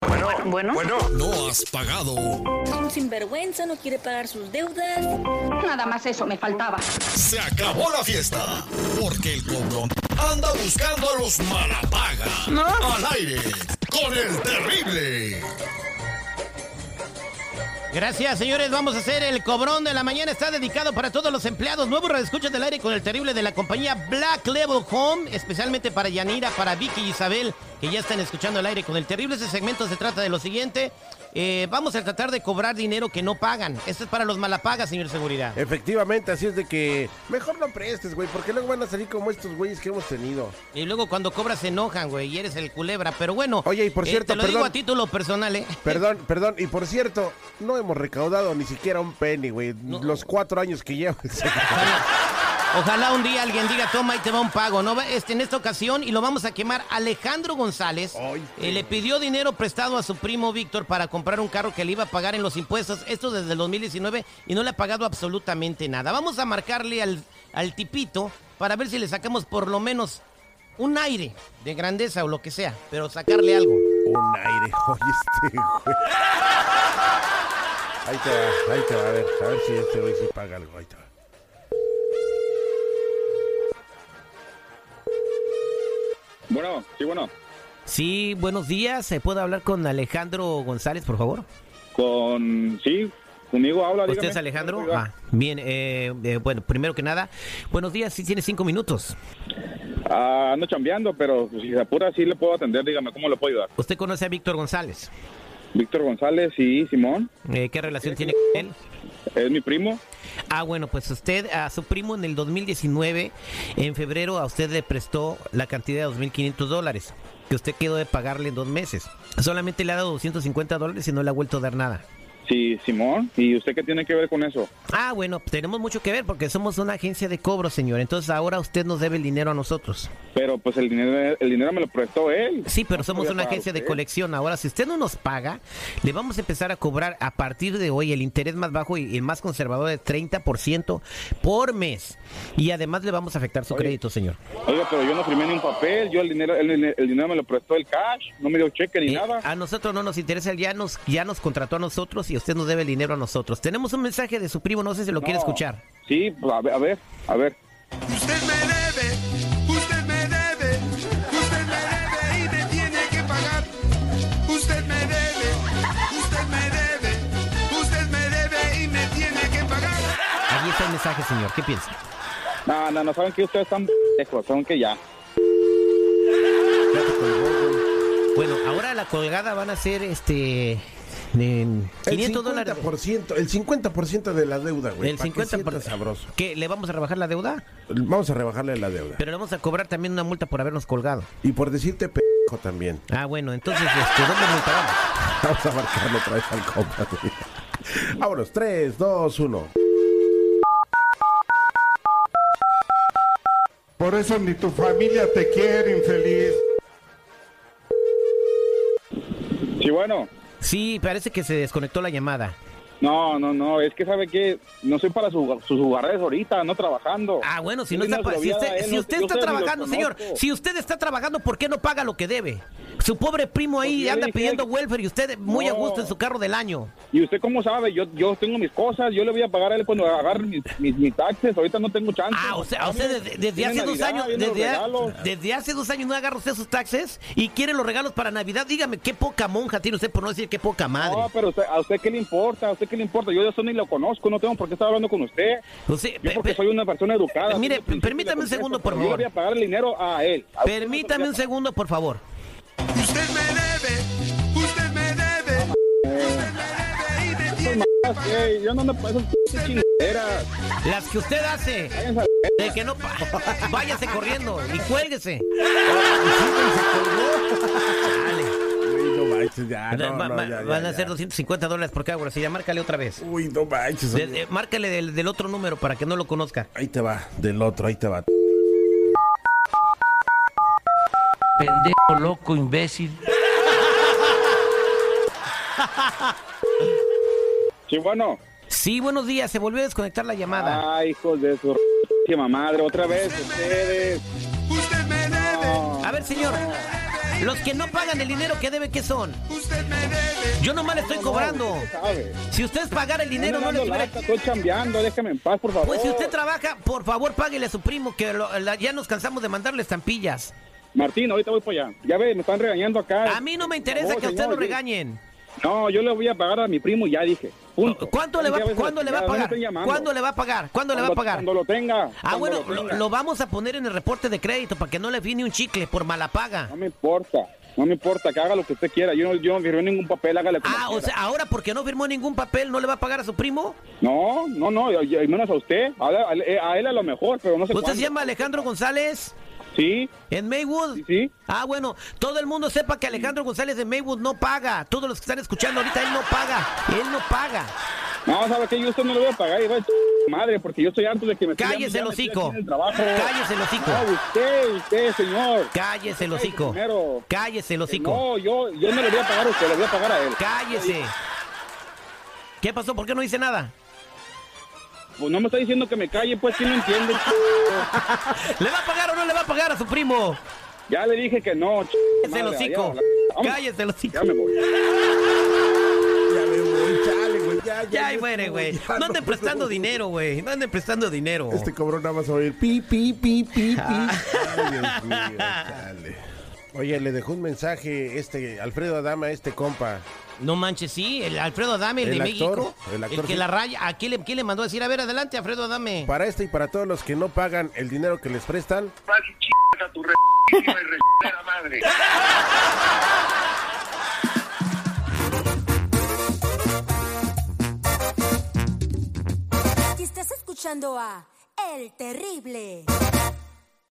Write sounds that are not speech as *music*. Bueno. Bueno. No has pagado. Un sinvergüenza no quiere pagar sus deudas. Nada más eso me faltaba. Se acabó la fiesta. Porque el cobrón anda buscando a los malapagas. ¿No? Al aire. Con el terrible. Gracias, señores. Vamos a hacer el cobrón de la mañana. Está dedicado para todos los empleados. Nuevo escuchas del aire con el terrible de la compañía Black Level Home. Especialmente para Yanira, para Vicky y Isabel, que ya están escuchando el aire con el terrible. Este segmento se trata de lo siguiente. Eh, vamos a tratar de cobrar dinero que no pagan. Esto es para los malapagas, señor Eh. Seguridad. Efectivamente, así es de que mejor no prestes, güey, porque luego van a salir como estos güeyes que hemos tenido. Y luego cuando cobras se enojan, güey, y eres el culebra. Pero bueno, Oye, y por eh, cierto, te lo digo perdón. a título personal, ¿eh? Perdón, perdón, y por cierto, no hemos recaudado ni siquiera un penny, güey, los cuatro años que llevas. Ojalá un día alguien diga, toma y te va un pago, ¿no? Va- Este, en esta ocasión, y lo vamos a quemar, Alejandro González Ay, eh, le pidió dinero prestado a su primo Víctor para comprar un carro que le iba a pagar en los impuestos, esto desde el 2019, y no le ha pagado absolutamente nada. Vamos a marcarle al, al tipito para ver si le sacamos por lo menos un aire de grandeza o lo que sea, pero sacarle algo. *laughs* un aire, oye, este güey. Ahí te va, ahí te va, a ver, a ver si este güey sí paga algo, ahí te va. Bueno, sí, bueno. Sí, buenos días. ¿Se puede hablar con Alejandro González, por favor? Con. Sí, conmigo habla. ¿Usted dígame. es Alejandro? Ah, bien, eh, eh, bueno, primero que nada, buenos días, si tiene cinco minutos. Ah, ando chambeando, pero si se apura, sí le puedo atender. Dígame, ¿cómo le puedo ayudar? ¿Usted conoce a Víctor González? Víctor González, sí, Simón. Eh, ¿Qué relación tiene con él? Es mi primo. Ah, bueno, pues usted, a su primo en el 2019, en febrero, a usted le prestó la cantidad de 2.500 dólares, que usted quedó de pagarle en dos meses. Solamente le ha dado 250 dólares y no le ha vuelto a dar nada. Sí, Simón. ¿Y usted qué tiene que ver con eso? Ah, bueno, tenemos mucho que ver porque somos una agencia de cobro, señor. Entonces ahora usted nos debe el dinero a nosotros. Pero pues el dinero, el dinero me lo prestó él. Sí, pero somos voy a una pagar agencia de usted. colección. Ahora, si usted no nos paga, le vamos a empezar a cobrar a partir de hoy el interés más bajo y el más conservador de 30% por mes. Y además le vamos a afectar su crédito, señor. Oiga, pero yo no firmé ni un papel. Yo el dinero, el, el dinero me lo prestó el cash. No me dio cheque Eh, ni nada. a nosotros no nos interesa, él ya nos, ya nos contrató a nosotros y usted nos debe el dinero a nosotros. Tenemos un mensaje de su primo, no sé si lo quiere No. escuchar. Sí, pues, a ver, a ver. A ver. Usted me debe, usted me debe, usted me debe y me tiene que pagar. Usted me debe, usted me debe, usted me debe y me tiene que pagar. Ahí está el mensaje, señor. ¿Qué piensa? No, no, no, saben que ustedes están lejos, saben que ya. Bueno, ahora la colgada van a ser este. en 500 dólares. El 50% de la deuda, güey. El pa' que 50%. sientas sabroso. ¿Qué? ¿Le vamos a rebajar la deuda? Vamos a rebajarle la deuda. Pero le vamos a cobrar también una multa por habernos colgado. Y por decirte pendejo también. Ah, bueno, entonces, este, ¿dónde multaron? Vamos a marcarlo otra vez al compa, güey. Vámonos, 3, 2, 1. Por eso ni tu familia te quiere, infeliz. Sí, bueno. Sí, parece que se desconectó la llamada. No, no, no, es que sabe que no soy para su- sus jugadores ahorita, no trabajando. Ah, bueno, si Yo no está, no se pa- lo si había dado a usted, él, si ¿eh? no- usted yo está ustedes ni los trabajando, señor, conozco. si usted está trabajando, ¿por qué no paga lo que debe? Su pobre primo Pues ahí yo anda dije- pidiendo welfare y usted muy a No. gusto en su carro del año. ¿Y usted cómo sabe? Yo, yo tengo mis cosas, yo le voy a pagar a él cuando agarre mis, mis, mis taxes, ahorita no tengo chance. Ah, o sea, a usted desde, desde Viene hace dos Navidad, años, vienen los desde, a- regalos. desde hace dos años no agarra usted sus taxes y quiere los regalos para Navidad. Dígame, qué poca monja tiene usted por no decir qué poca madre. No, pero usted- a usted qué le importa, a usted qué le importa, yo de eso ni lo conozco, no tengo por qué estar hablando con usted. O sea, Yo pe- porque pe- soy una persona educada. Mire, soy de principio y de permítame un concepto, segundo, pero por Yo favor. le voy a pagar el dinero a él. A usted no se lo voy a Permítame un segundo, por favor. Usted me debe, usted me debe, usted me debe y me tiene que pagar, pagar. güey, Yo no ando para esas chingaderas. Las que usted hace, Váyanse a- de que no... pa- *laughs* Váyase corriendo y cuélguese. Dale. Uy, no manches, ya, no, Va- no, va- ya, ya, van a ya. ser 250 dólares por cada Si ya márcale otra vez. Uy, no manches. De- oye. de- márcale del, del otro número para que no lo conozca. Ahí te va, del otro, ahí te va. Pendejo, loco, imbécil. Sí, bueno. Sí, buenos días. Se volvió a desconectar la llamada. Ay, hijos de su r- madre, otra vez ustedes. Usted me debe, No. A ver, señor. Los que no pagan el dinero que debe, ¿qué son? Usted me debe. Yo nomás le estoy cobrando. Si usted pagara el dinero, no le estuviera... Estoy chambeando, déjame en paz, por favor. Pues si usted trabaja, por favor, páguele a su primo, que lo- la- ya nos cansamos de mandarle estampillas. Martín, ahorita voy para allá. Ya ve, me están regañando acá. A mí no me interesa No, que a usted Oh, señor, lo yo- regañen. No, yo le voy a pagar a mi primo, ya dije. Punto. ¿Cuánto le va, Ya ves, cuándo le va a ya no me pagar? estén llamando. ¿Cuándo le va a pagar? ¿Cuándo le va a Cuando- pagar? Cuando lo tenga. Ah, cuando bueno, lo lo, tenga. lo vamos a poner en el reporte de crédito para que no le viene un chicle por mala paga. No me importa, no me importa, que haga lo que usted quiera. Yo no, yo no firmé ningún papel, hágale como Ah, o quiera. sea, ahora porque no firmó ningún papel, ¿no le va a pagar a su primo? No, no, no, y- y menos a usted. A, a- eh, a él a lo mejor, pero no sé ¿Usted cuándo. se llama Alejandro González? Sí, ¿En Maywood? sí, sí. Ah, bueno, todo el mundo sepa que Alejandro González de Maywood no paga. Todos los que están escuchando ahorita, él no paga. Él no paga. No, ¿sabe qué? Yo a usted no le voy a pagar. Y va a madre, porque yo estoy harto de que me... esté Cállese el llamando y ya me tiene hocico. en el trabajo. Ah, Cállese el hocico. No, usted, usted, señor. Cállese el hocico. primero. Cállese el hocico. No, yo, yo no le voy a pagar a usted, le voy a pagar a él. Cállese. ¿Qué pasó? ¿Por qué no dice nada? Pues no me está diciendo que me calle, pues, ¿quién no entiende? *laughs* ¿Le va a pagar o no le va a pagar a su primo? ya le dije que no, Cállese el hocico. Cállese el hocico. Ya me voy. Ya me voy, chale, güey. Ya, ya, Ya ahí ya muere, estuvo, güey. ya No anden prestando dinero, güey. No anden prestando dinero. Este cobrón nada más va a oír pi, pi, *laughs* pi, pi, pi. Ay, Dios mío, chale. Oye, le dejó un mensaje este Alfredo Adama, este compa. No manches, sí. El Alfredo Adame, el, El de actor, México. el actor, que sí. la raya. ¿A quién le, quién le mandó a decir? A ver, adelante, Alfredo Adame. Para este y para todos los que no pagan el dinero que les prestan, Y estás escuchando a El Terrible.